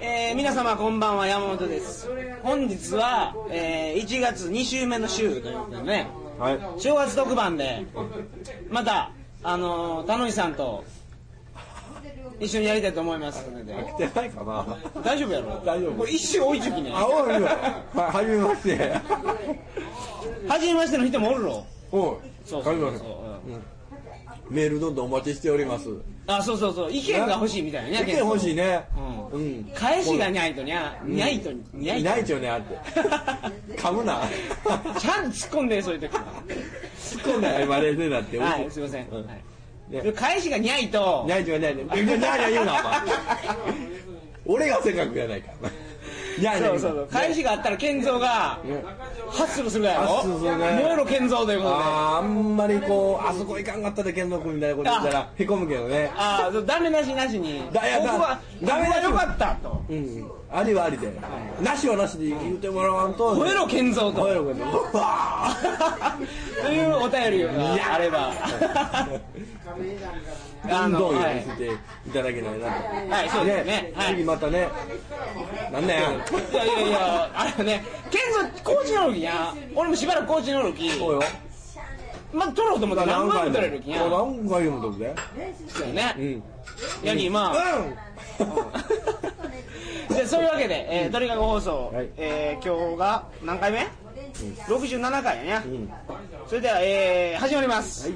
えー皆様こんばんは山本です本日は、えー1月2週目の週ということでねはい。正月特番でまたあのー、田野井さんと一緒にやりたいと思いますので来てないかな。大丈夫やろ大丈夫これ一周多い時期ねあ、はおいよ。は、はじめまして。じめましての人もおるろおい。そうそうそうはじそめまう、うんしてメールどんどんお待ちしております。あそうそうそう意見が欲しいみたいな意見欲しいね。ううん。返しがにゃいとにゃ、にゃいとにゃいいとないよね、あって。 噛むな。ちゃんと突っ込んでそういう時は突っ込んだら言われるなって。はいすいません、うはいねで返しがにゃいとないじゃないじゃないじゃない言うなお前俺がせっかくやないかにゃいにゃいそうそうそう返しがあったら健三がねハッスルするやろハッスルするね燃えろ健三ということでああーあんまりこうあそこいかんかったで健三君みたいなこと言ったらへこむけどねあーダメなしなしにだいやだ僕はダメなし僕はよかったとうんありはありでなしはなしで言うてもらわんと燃えろ健三吠えとろ健三うわ というお便りがあれ ばーあのどんどんはやらいせていただけないなとはいそうですねはい次またねなんだよいやいやいやあれね健三高知乗る気や俺もしばらく高知乗る気そうよまあ取ろうと思ったら何回も取れる気やそ何回も取るでうようねんやにまあでそういうわけで、えー、トリカゴ放送、はいえー今日が何回目、?67 回やね、うんうんそれでは、えー始まります、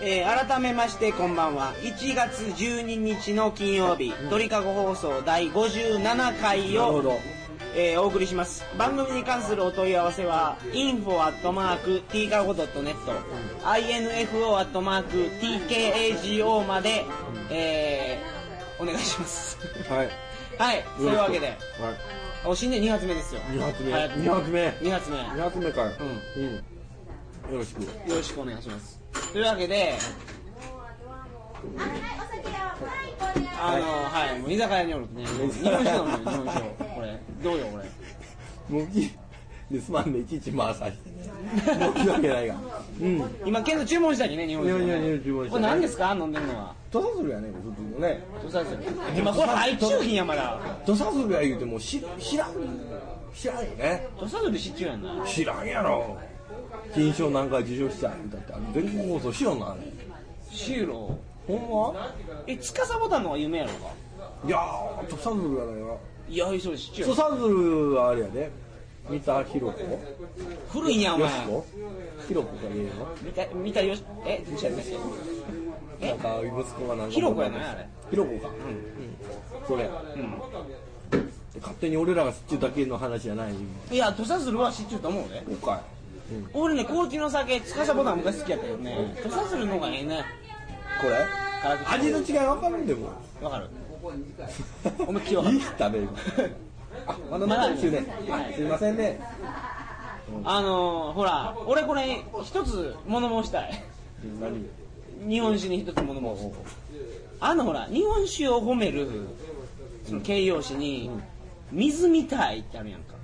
えー改めましてこんばんは1月12日の金曜日「鳥かご放送第57回なるほをど」えーお送りします番組に関するお問い合わせは info.tkago.net info.tkago まで、えーお願いします はいはいそういうわけではいお新年2発目ですよ二発目早く二発目二発目二発目かううん、よろしくよろしくお願いしますというわけであのはいもう居酒屋におるとねもう日本酒飲むよ日本酒をこれどうよこれもうきですまんでいちいち回さしてねもうきわけないがうん今ケント注文したきね日本酒をねいやいやいや注文したこれ何ですか飲んでるのは土佐鶴やね普通のねどうしたんですか今これ愛中品やまだ土佐鶴や言うても知知らん知らんよね土佐で知っちゅうやんな知らんやろ金賞何回受賞した言うたってあの全国放送しようなあれシーロほんまえ司ボタンの方が有名やろかいやー土佐鶴やないよいやそう知っちゅう土やん佐鶴はあれやで三田寛子よし古いんやお前こ寛子が言えよ見た見たよしえどっちやったっけなんか息子がなんかひろこやないあれひろこかうんそれ勝手に俺らが知ってるだけの話じゃないいや土佐鶴は知っちゅうと思うね今回俺ね高知の酒司ボタン昔好きやったけどね土佐鶴の方がええねこれ辛口味の違い分かるんでもわかるお前気を張るいい食べる あまだまだですよねあすいませんねあのー、ほら俺これ一つ物申したい何日本酒に一つ物申すあのほら日本酒を褒めるその形容詞に「水みたい」ってあるやんか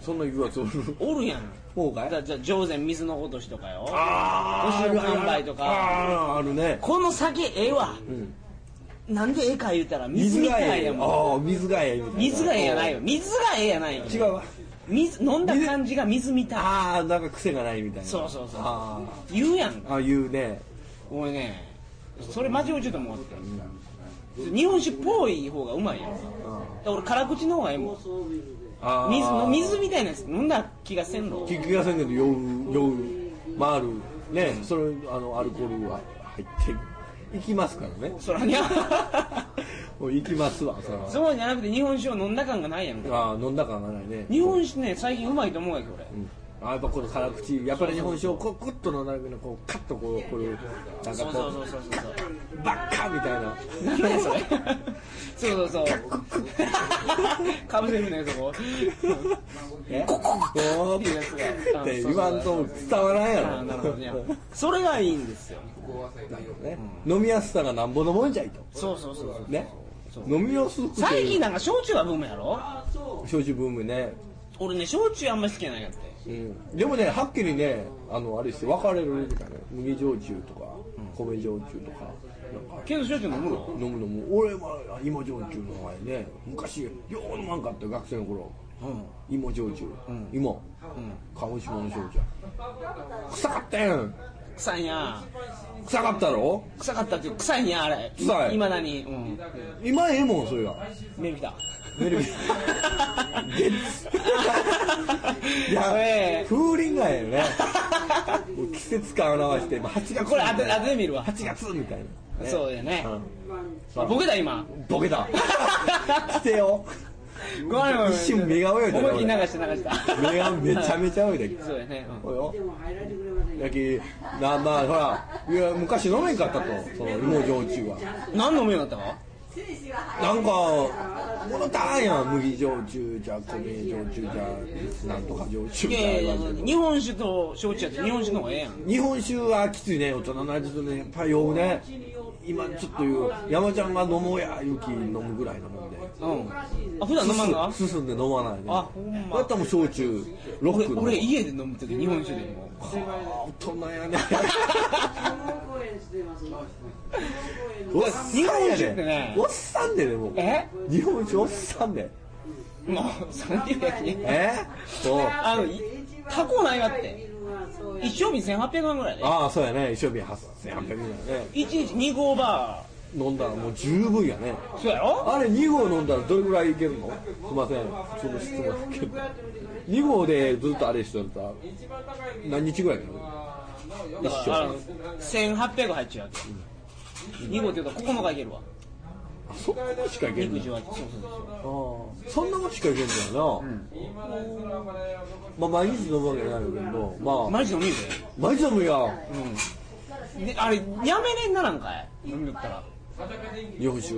そんな言うやつおるおるやん方かだいからじゃあ上善水の落としとかよあお城販売とかあーあるねこの酒ええわうんなんでええか言うたら水水みがたえいえやあもんー水がええみたいな水がええやないよ水がええやないよ違うわ水飲んだ感じが水みたいああなんか癖がないみたいなそうそうそうあ言うやんーああいうね俺ねそれ間違うちょっと思って日本酒っぽい方がうまいやんだから俺辛口の方がええもんあー水の水みたいなやつ飲んだ気がせんの聞きがせんけど酔う酔う回るねそれあのアルコールは入っていきますからねそらに ゃもう行きますわそれはそうじゃなくて日本酒を飲んだ感がないやんかああ飲んだ感がないね日本酒ね最近うまいと思うやけど俺、あやっぱこの辛口やっぱり日本酒をこうクッとのなんかこうカッとこうこれなんかそうこそうそうそうそううバッカみたいななんだよそれそうそうそうかぶせるねそこえここっていうやつがって言わんと伝わらんやあろなるほどねそれがいいんですよね飲みやすさがなんぼのもんじゃいとそうそうそうそうね飲みやすくて最近なんか焼酎はブームやろ焼酎ブームね俺ね焼酎あんまり好きやないかってうんでもねはっきりねあのあれですよ分かれるみたいな麦焼酎とか米焼酎とかなんかけど焼酎飲むの飲むのも俺は芋焼酎の前ね昔よう飲まんかったよ学生の頃うん芋焼酎、芋、鹿児島の焼酎臭かったやん臭いんや臭かったろ臭かったっていう臭いんやあれ臭いまだにうん今ええもんそれが目見たメ ルビンゲッツいやええ風鈴がええねもう季節感表して、まあ、8月みたいなこれ当て当ててみるわ8月みたいな、そうだよねうんボケた今ボケ だしてよごめんごめん一瞬目が泳いだな思いっきり流俺した流した目がめちゃめちゃ泳いだそうやねうんおよやきなまあほらいや昔飲めんかったとその芋焼酎は何飲むようになったのなんか物足らんやん麦焼酎じゃ米焼酎じゃなんとか焼酎いじゃやい言やわんけど日本酒と焼酎やって日本酒の方がええやん日本酒はきついね大人の味とねやっぱり酔うね今ちょっと言う山ちゃんが飲もうや勇気飲むぐらいなもんでうんあ普段飲まんの進進んで飲まないねあほんまだったらもう焼酎ロッ俺クの俺家で飲む時日本酒でもあー大人やねおっさ ん日本や酒ってねねおっさんでねもうえ日本酒おっさんでもう30焼きえそうあのいタコないわって一生日1800円ぐらいでああそうやね一生日8800円だね1日2合バ飲んだらもう十分やねーそうやろあれ2合飲んだらどれぐらいいけるのすいません普通の質問だけど2合でずっとあれしてたら何日ぐらいかなだ一からあの生1800入っちゃうわけ2合って言うと9日いけるわあそこしかいけ肉んの汁はそうそうそうあーそんなもんしかいけんだよな、まあ、毎日飲むわけないけどまあマジ飲みよ毎日飲むようであれやめれんならんかい飲みよったら日本酒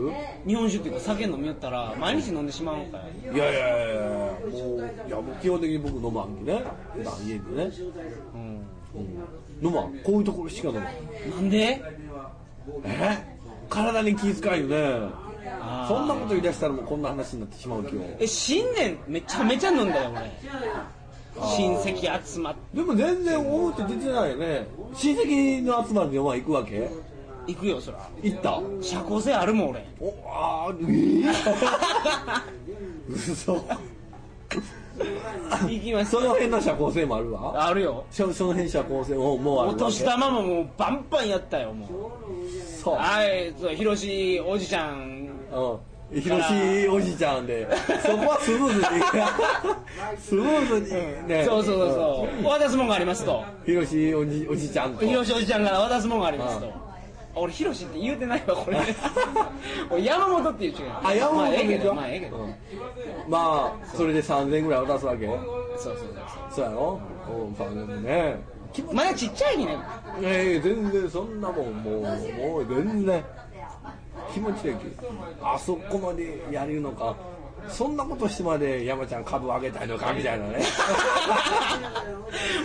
日本酒っていうか酒飲みよったら毎日飲んでしまうんかいいやいやいやいやもういやもう基本的に僕飲まんきね普段家でね、うんうん、飲まんこういうところしか飲まんなんでえ体に気遣いよねあーそんなこと言い出したらもうこんな話になってしまう今日え新年めちゃめちゃ飲んだよ俺親戚集まってでも全然表出てないよね親戚の集まりにお前行くわけ行くよそら行った社交性あるもん俺おあーえー、嘘行きまそすの辺の社交性もあるわあるよそその辺社交性ももうあるおわけ年玉ももうバンバンやったよもそううはいそうひろしおじちゃんうんひろしおじちゃんでそこはスムーズにいくスムーズにねそうそうそうそんう渡すもんがありますとひろしおじおじちゃんとひろしおじちゃんから渡すもんがありますと俺ひろしって言うてないわ これ俺山本っていう違うあ山本まあええけ君どかまあええけどまあそれで3000円ぐらい渡すわけそうそうそうそそうやろうん番組ねうまだちっちゃいにね ええ全然そんなもんもうもう全然気持ちでいいあそこまでやれるのかそんなことしてまで山ちゃん株上げたいのかみたいな ね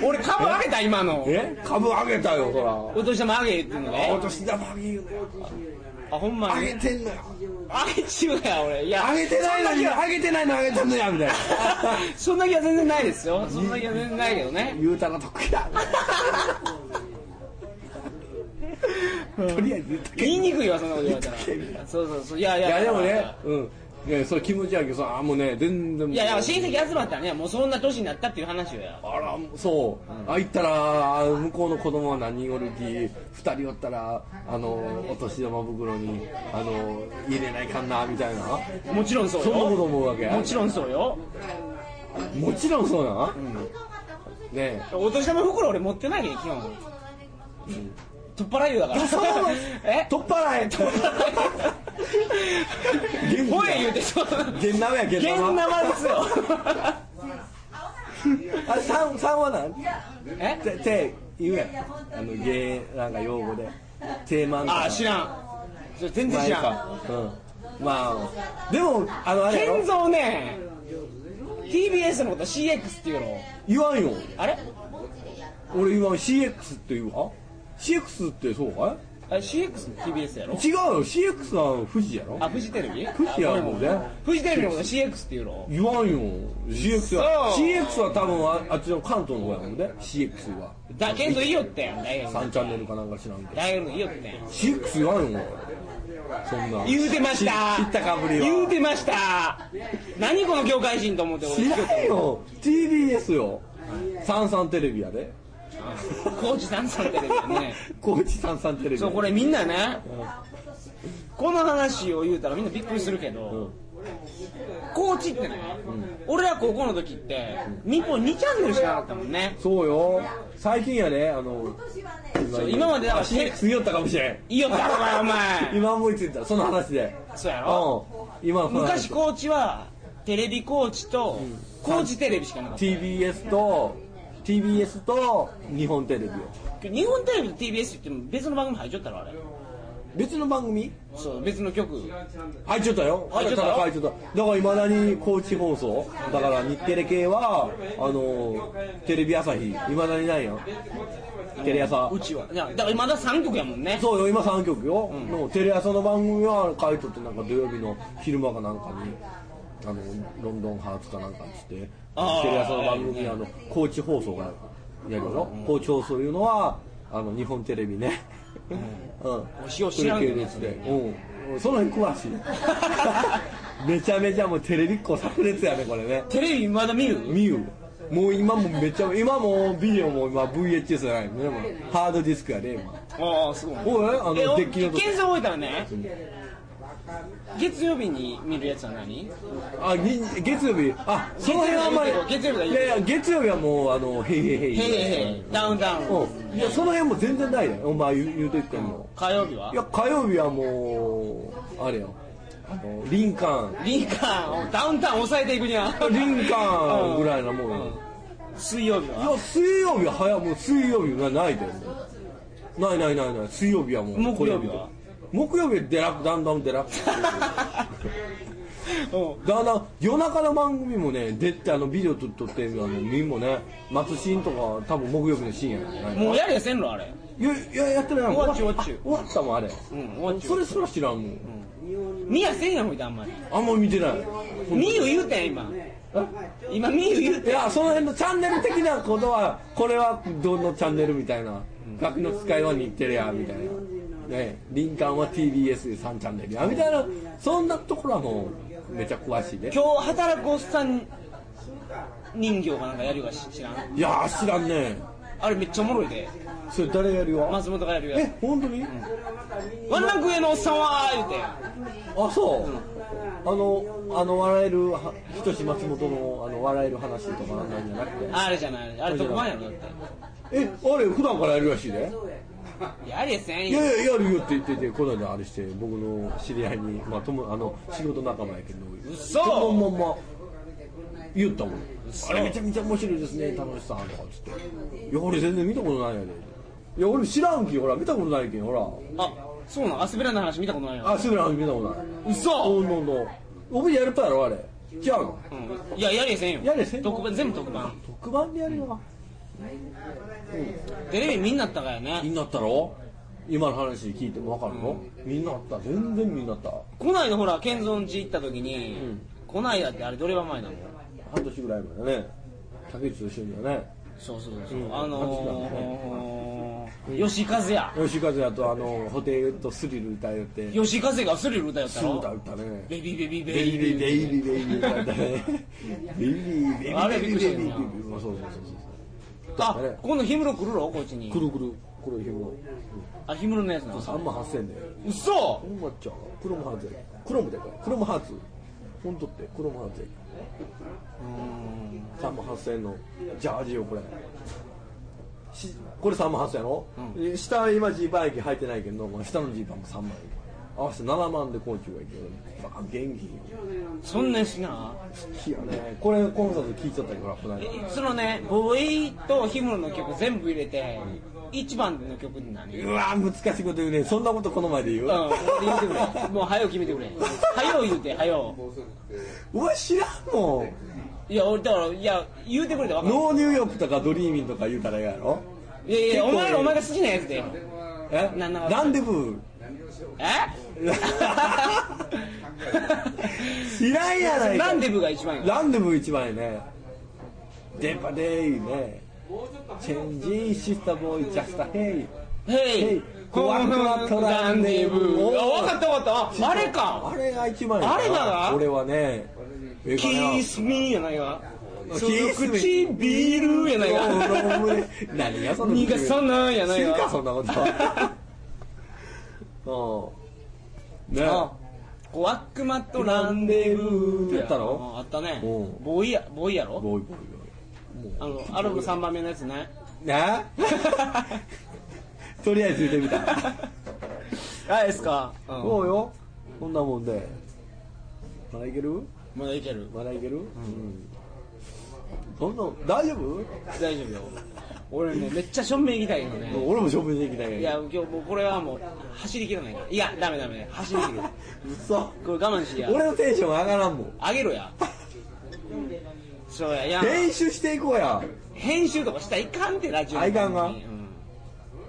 俺株上げた今のえ株上げたよそらお年玉あげっていうのおね年玉上げ言うのよあほんま上にげてんのよあげちゅうや俺いや上げてないのに上げてないの上げてんの やみたいなそんな気は全然ないですよそんな気は全然ないけど ね言うたら得意だとりあえず言ったけ言いにくいわそんなこと言われたらそうそうそういやいやいやでもね、うん、ねそれ気持ちやけどさ、あもうね、全然もういやいや親戚集まったらねもうそんな年になったっていう話よやあら、そう、あ行ったら、向こうの子供は何人おるき、二人おったら、あの、お年玉袋に、あの、入れないかんな、みたいな、もちろんそうそんなことよ思うわけもちろんそうよもちろんそうな、 ん、ねお年玉袋俺持ってないけど基本 取っ払いよだからそう え取っ払え、取っ払え、ほえ言うてそう現生や、現現生。 生ですよあれ三三はなんえてて言うやんあの芸なんか用語でテーマンとかああ知らんそれ全然知らまんあいいかうんまあでもあのあれや健ろ三ね TBS のこと CX っていうの言わんよあれ俺今 CX って言うわ CX ってそうかあ CX も TBS やろい違うよ CX は富士やろあフジテレビ富士やもんねフジテレビのこと CX っていうの言わんよ CX はそう CX は多分ああっちの関東の方やもんね CX はだけどいいよってやん大学3チャンネルかなんか知らんけど大学のいいよってやん CX 言わんよそんな言うてました知知ったかぶりは言うてました何この業界人と思って俺知らんよ TBS よ三三テレビやでコーチさんさんってですね 高知三三テレビそうこれみんなねこの話を言うたらみんなびっくりするけど、高知ってね、俺ら高校の時って、日本2チャンネルしかなかったもんねそうよ最近やねあのそう今までだから CX 言おったかもしれんいい よったろお前今思いついたその話でそうやろうん今昔高知はテレビ高知と高知テレビしかなかった TBS と TBS と日本テレビよ日本テレビと TBS って言っても別の番組入っちゃったろあれ別の番組そう別の局入っちゃったよ入っちゃったよ入っちゃっただからいまだに高知放送だから日テレ系はあのテレビ朝日いまだにないよテレ朝うちはいやだからまだ3局やもんねそうよ今3局よ、のテレ朝の番組は書いとってなんか土曜日の昼間かなんかにあのロンドンハーツかなんかっつってテあーレ朝の番組にあの高知放送がやるよ、高知放送いうのはあの日本テレビねうんしよう知らんけどねそれ系列でうんその辺詳 しいめちゃめちゃもうテレビっ子炸裂やねこれねテレビまだ見る見るもう今もめっちゃ今もビデオも今 VHS じゃないもんねもうハードディスクやで、今ああすごいおいあのえおデッキのとこ検査覚えたらね月曜日に見るやつは何あに月曜日あその辺はあんまり月曜日だいやいや月曜日はもうあのへいへいへいへいへいへいダウンダウンうんいやその辺も全然ないねお前言う言うときかも火曜日はいや火曜日はもうあれよあのリンカーンリンカーンダウンタウン抑えていくにはリンカーンぐらいなもんよ水曜日いはや水曜日は早いもう水曜日はないでないないないない水曜日はもう木曜日は木曜日はデラックだんだんデラックうんだんだん夜中の番組もね出てあのビデオ撮撮ってるあのみんもね松シーンとか多分木曜日の深夜やからねもうやれやせんろあれいやいややってないもん終わっちゅう終わっちゅうあ終わったもんあれうん終わっちゅうそれすら知らんもん、見やせんやろみたいあんまりあんま見てない見ゆ言うてん今今見ゆ言ういてんやその辺のチャンネル的なことはこれはどのチャンネルみたいな楽の使いは日テレやみたいなね林間は TBS で3チャンネルやみたいなそんなところはもうめちゃ詳しいね今日働くおっさん人形かなんかやるかし知らんいやー知らんねあれめっちゃおもろいでそれ誰がやるよ、松本がやるやえ本当に、つワンランク上のおっさんは言うてあそう、あのあの笑えるは人志松本のあの笑える話とかなんじゃなくてあれじゃないあれ特番やろだってえあれ普段からやるらしいでいやあれやせんいやいややるよって言っててこの間あれして僕の知り合いにまあ友あの仕事仲間やけど嘘そのまんま言ったもん嘘あれめちゃめちゃ面白いですね楽しさんとかっつっていや俺全然見たことないやでいや俺知らんけんほら見たことないけんほあそうなんアスベラの話見たことないらよあすぐら見たことない嘘おんのんのお前やるとやろあれ違うのいややりやせんよやりやせん特番全部特番特番でやるよテレビ見んなったからねみんなあったろ今の話聞いても分かるの、みんなあった全然みんなあったこないだほら健三寺行った時に、こないだってあれどれば前だもん半年ぐらい前だね竹内と一緒にはねそうそうそう、うんあのー、吉井和也吉和也とあの布袋とスリル歌いよって吉井和也がスリル歌やったスリルろ歌ったねベイビーベイビーベベイイビビーーベイビーベイビー歌ったねベイビーベイビーあベれイびビっくりーベしイたビよなーそうそうそうそうあだね今度氷室来るろこっちにくるくるこれ紐あ氷室のやつなの3万8000円で嘘ほんまっちゃクロムハーツやクロムでかいクロムハーツほんとってクロムハーツや3万8000円のジャージよこれしこれ3万8000円やろ、え下は今ジーパン液入ってないけどもう下のジーパンも3万円合わせて7万で昆虫がいけるバカ元気よそんなしな好きやねこれコンサート聴いちゃったからこの間そのねボーイとヒムロの曲全部入れて一番の曲って何うわ難しいこと言うねそんなことこの前で言う、うん、言ってくれ。もう早う決めてくれ。早う言うて、早う。うわ知らんもんいや、俺、だから、いや、言うてくれたら分かノーニューヨークとかドリーミンとか言うたらええやろる。いやいや、お前結構ら、お前が好きなやつで。えななランデブえー知らんやないかランデブが一番や。ランデブー一番やねデパデイねチェンジーシスターボーイジャスタヘイへい、コアトランデブーあ、分かった分かった。あれかあ。れが一番やあれだな俺はねええキかなースミーやないわ。キースミー口ビールやないわ。何やその逃がさないやない知るかそわ。んな ことうんねあコアックマとランデブーやったろあったねうんボーイやボーイやろボーイボーイボーイあのアルブ3番目のやつ ねね とりあえず言ってみたあですか、うんそうよそんなもんでまだいけるまだいけるまだいけるうんそんな大丈夫大丈夫よ俺ねめっちゃ正面行きたいけどね俺も勝負できないいけやど今日もうこれはもう走りきらないからいやダメダメ走りきる嘘これ我慢しや俺のテンション上がらんもん上げろやそうやいや練習していこうや編集とかしたらいかんってラジオあいかんがうん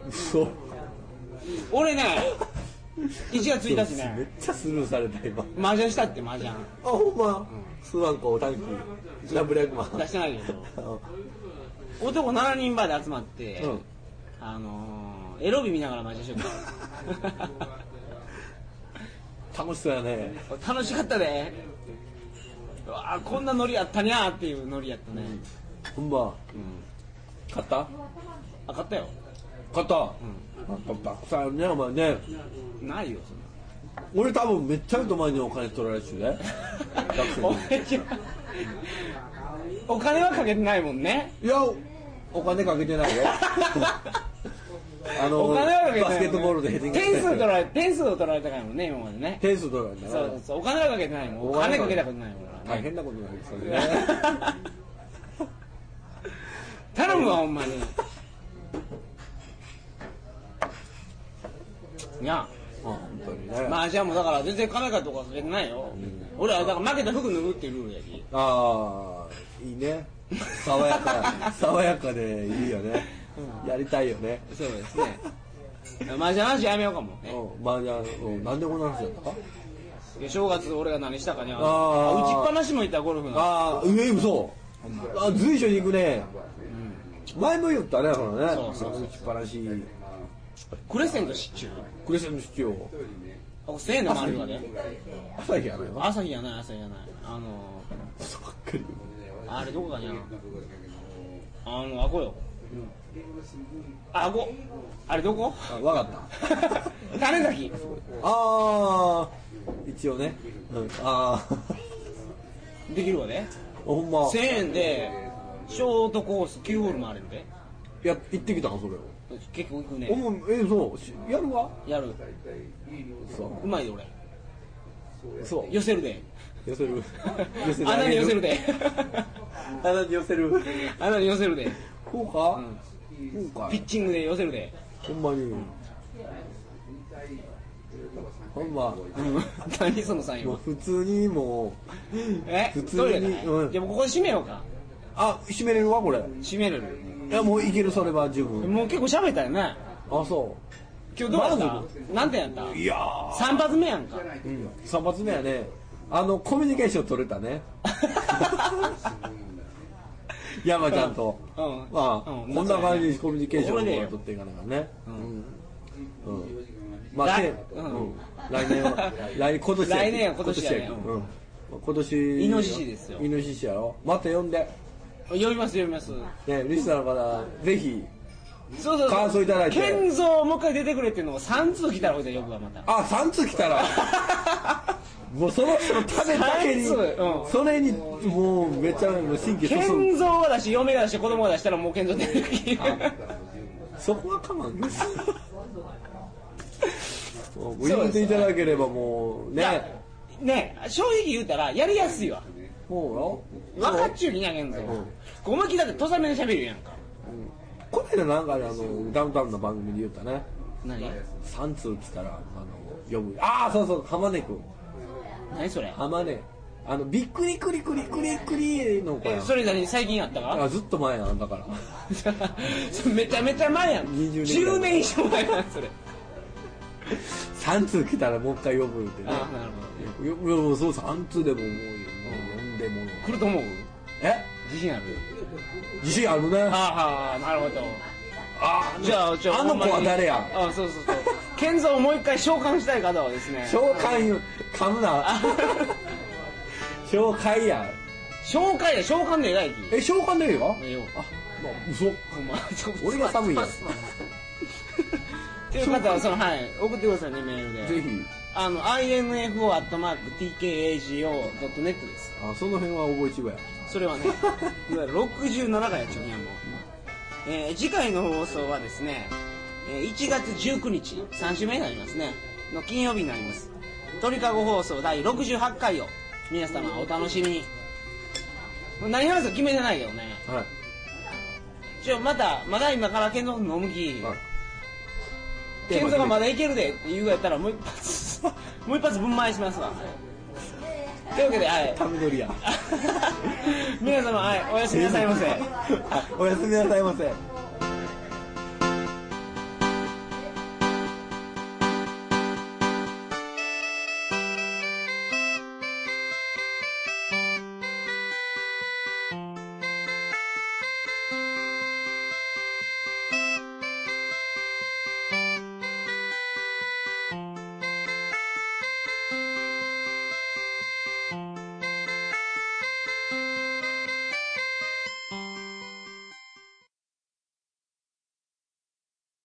嘘俺ね1月1日めっねちゃスルーされた今麻雀したって麻雀あほんまスワンコタンキーラブレックマン出してないけど男7人バーで集まって、うんあのー、エロビ見ながら麻雀しようか楽しそうやね 楽しかったでうわあこんなノリやったにゃーっていうノリやったね、ほんま勝ったあ買ったよ勝ったやっぱバクさんねお前ねないよ俺多分めっちゃいいと前にお金取られるしね学そ生んなのお時金お金はかけてないもん ねいやお金かけ てないよあのお金はかけてないもんね、バスケットボールでヘディング点数取れられ点数を取られたからもんね今までね点数取られたそなうそうお金はかけてないもんお金かけたことないもん俺は大ね変なことになるそれね頼むわほんまにいやまあ 本当にね、まあじゃあもうだから全然金かとかかけてないよ、俺はだから負けた服脱ぐっていうルールやきああいいね爽やか爽やかでいいよねやりたいよねそうですねまあじゃあ話やめようかもねうんまあじゃあうんなんでこんな話やったいや正月俺が何したかねあー打ちっぱなしもいたゴルフのああーえ嘘あ随所に行くね前も言ったねほらねそうそうそう打ちっぱなしクレセント支柱クリスマス必要あこれ1000円でもあるわね朝日やめよ朝日やない朝日やないあの嘘ばっかりーあれどこかにゃあのあこよああこあれどこ あわかった種崎ああ一応ね、うん、ああできるわね ほんま1000円でショートコース9ホールもあるんでや行ってきたんそれを結構行くおねもえそうしやるわやるそうまいで俺そう寄せるで寄せ る寄せ穴に寄せるで穴に寄せる穴に寄せるでこうか、こうかピッチングで寄せるでほんまに、ほんま何そのサインもはう普通にもうえ普通どれにやうんじゃあもうここで締めようかあ閉めれるわこれ締めれるいやもういけるそれは十分もう結構喋ったよねあそ今日どうやっまた何点やったういや3発目やん かー、うん、3発目はねあのコミュニケーション取れたね山ちゃんと、うんまあ、うんこんな感じにコミュニケーションこれでいいをよ取っていかながらねううん、うんまあ、来せうん、来 年は来今年や来年は今年やね今年けうん今年イノシシですよイノシシやろまた呼んで読みます読みますねリスナーの方ぜひそうそうそう感想いただいて健三もう一回出てくれっていうのを3通来たらほいで呼ぶわまたあ三3通来たらもうその人のためだけに、三通うんそれにもうめちゃもう神経注ぐ健三が出して嫁が出して子供が出したらもう健三出てくる そこは我慢ですもう言っていただければもういやねね正直言うたらやりやすいわもうよ分かっちゅうに投げんぞ思いっきりだって土佐弁で喋るやんかこの間なんかねあのダウンタウンの番組で言ったね何3通来たらあの読むああそうそう浜根君何それ浜根あのびっくりくりくりくりくりの子えやそれ何最近やったかあずっと前やんだから めちゃめちゃ前やん20 10年以上前やんそれ3通来たらもう一回読むってねあなるほいやもうそう3通でももう読んでもど来ると思うえ自信ある自信あるねはあはあなるほどあじゃあじゃああの子は誰やあそうそうそう 健三をもう一回召喚したい方はですね紹介噛むな紹介や紹介や召喚で偉いきえ紹介ねえよええよあまあ嘘ほんまちょっと俺が寒い やんパスパスっていう方はそのはい送ってくださいねメールでぜひあの info.tkago.net ですあその辺は覚えちばやそれ はねいわゆる67回やっちゃうにはもう、えー次回の放送はですねえー1月19日3週目になりますねの金曜日になります鳥かご放送第68回を皆様お楽しみにこれ何話すか決めてないけどねはい一応またまだ今から健三君飲むき、はいケンゾがまだいけるでって言うやったらもう一 発もう一発分回しますわというわけではい タメ取りや皆様はいおやすみなさいませ あおやすみなさいませ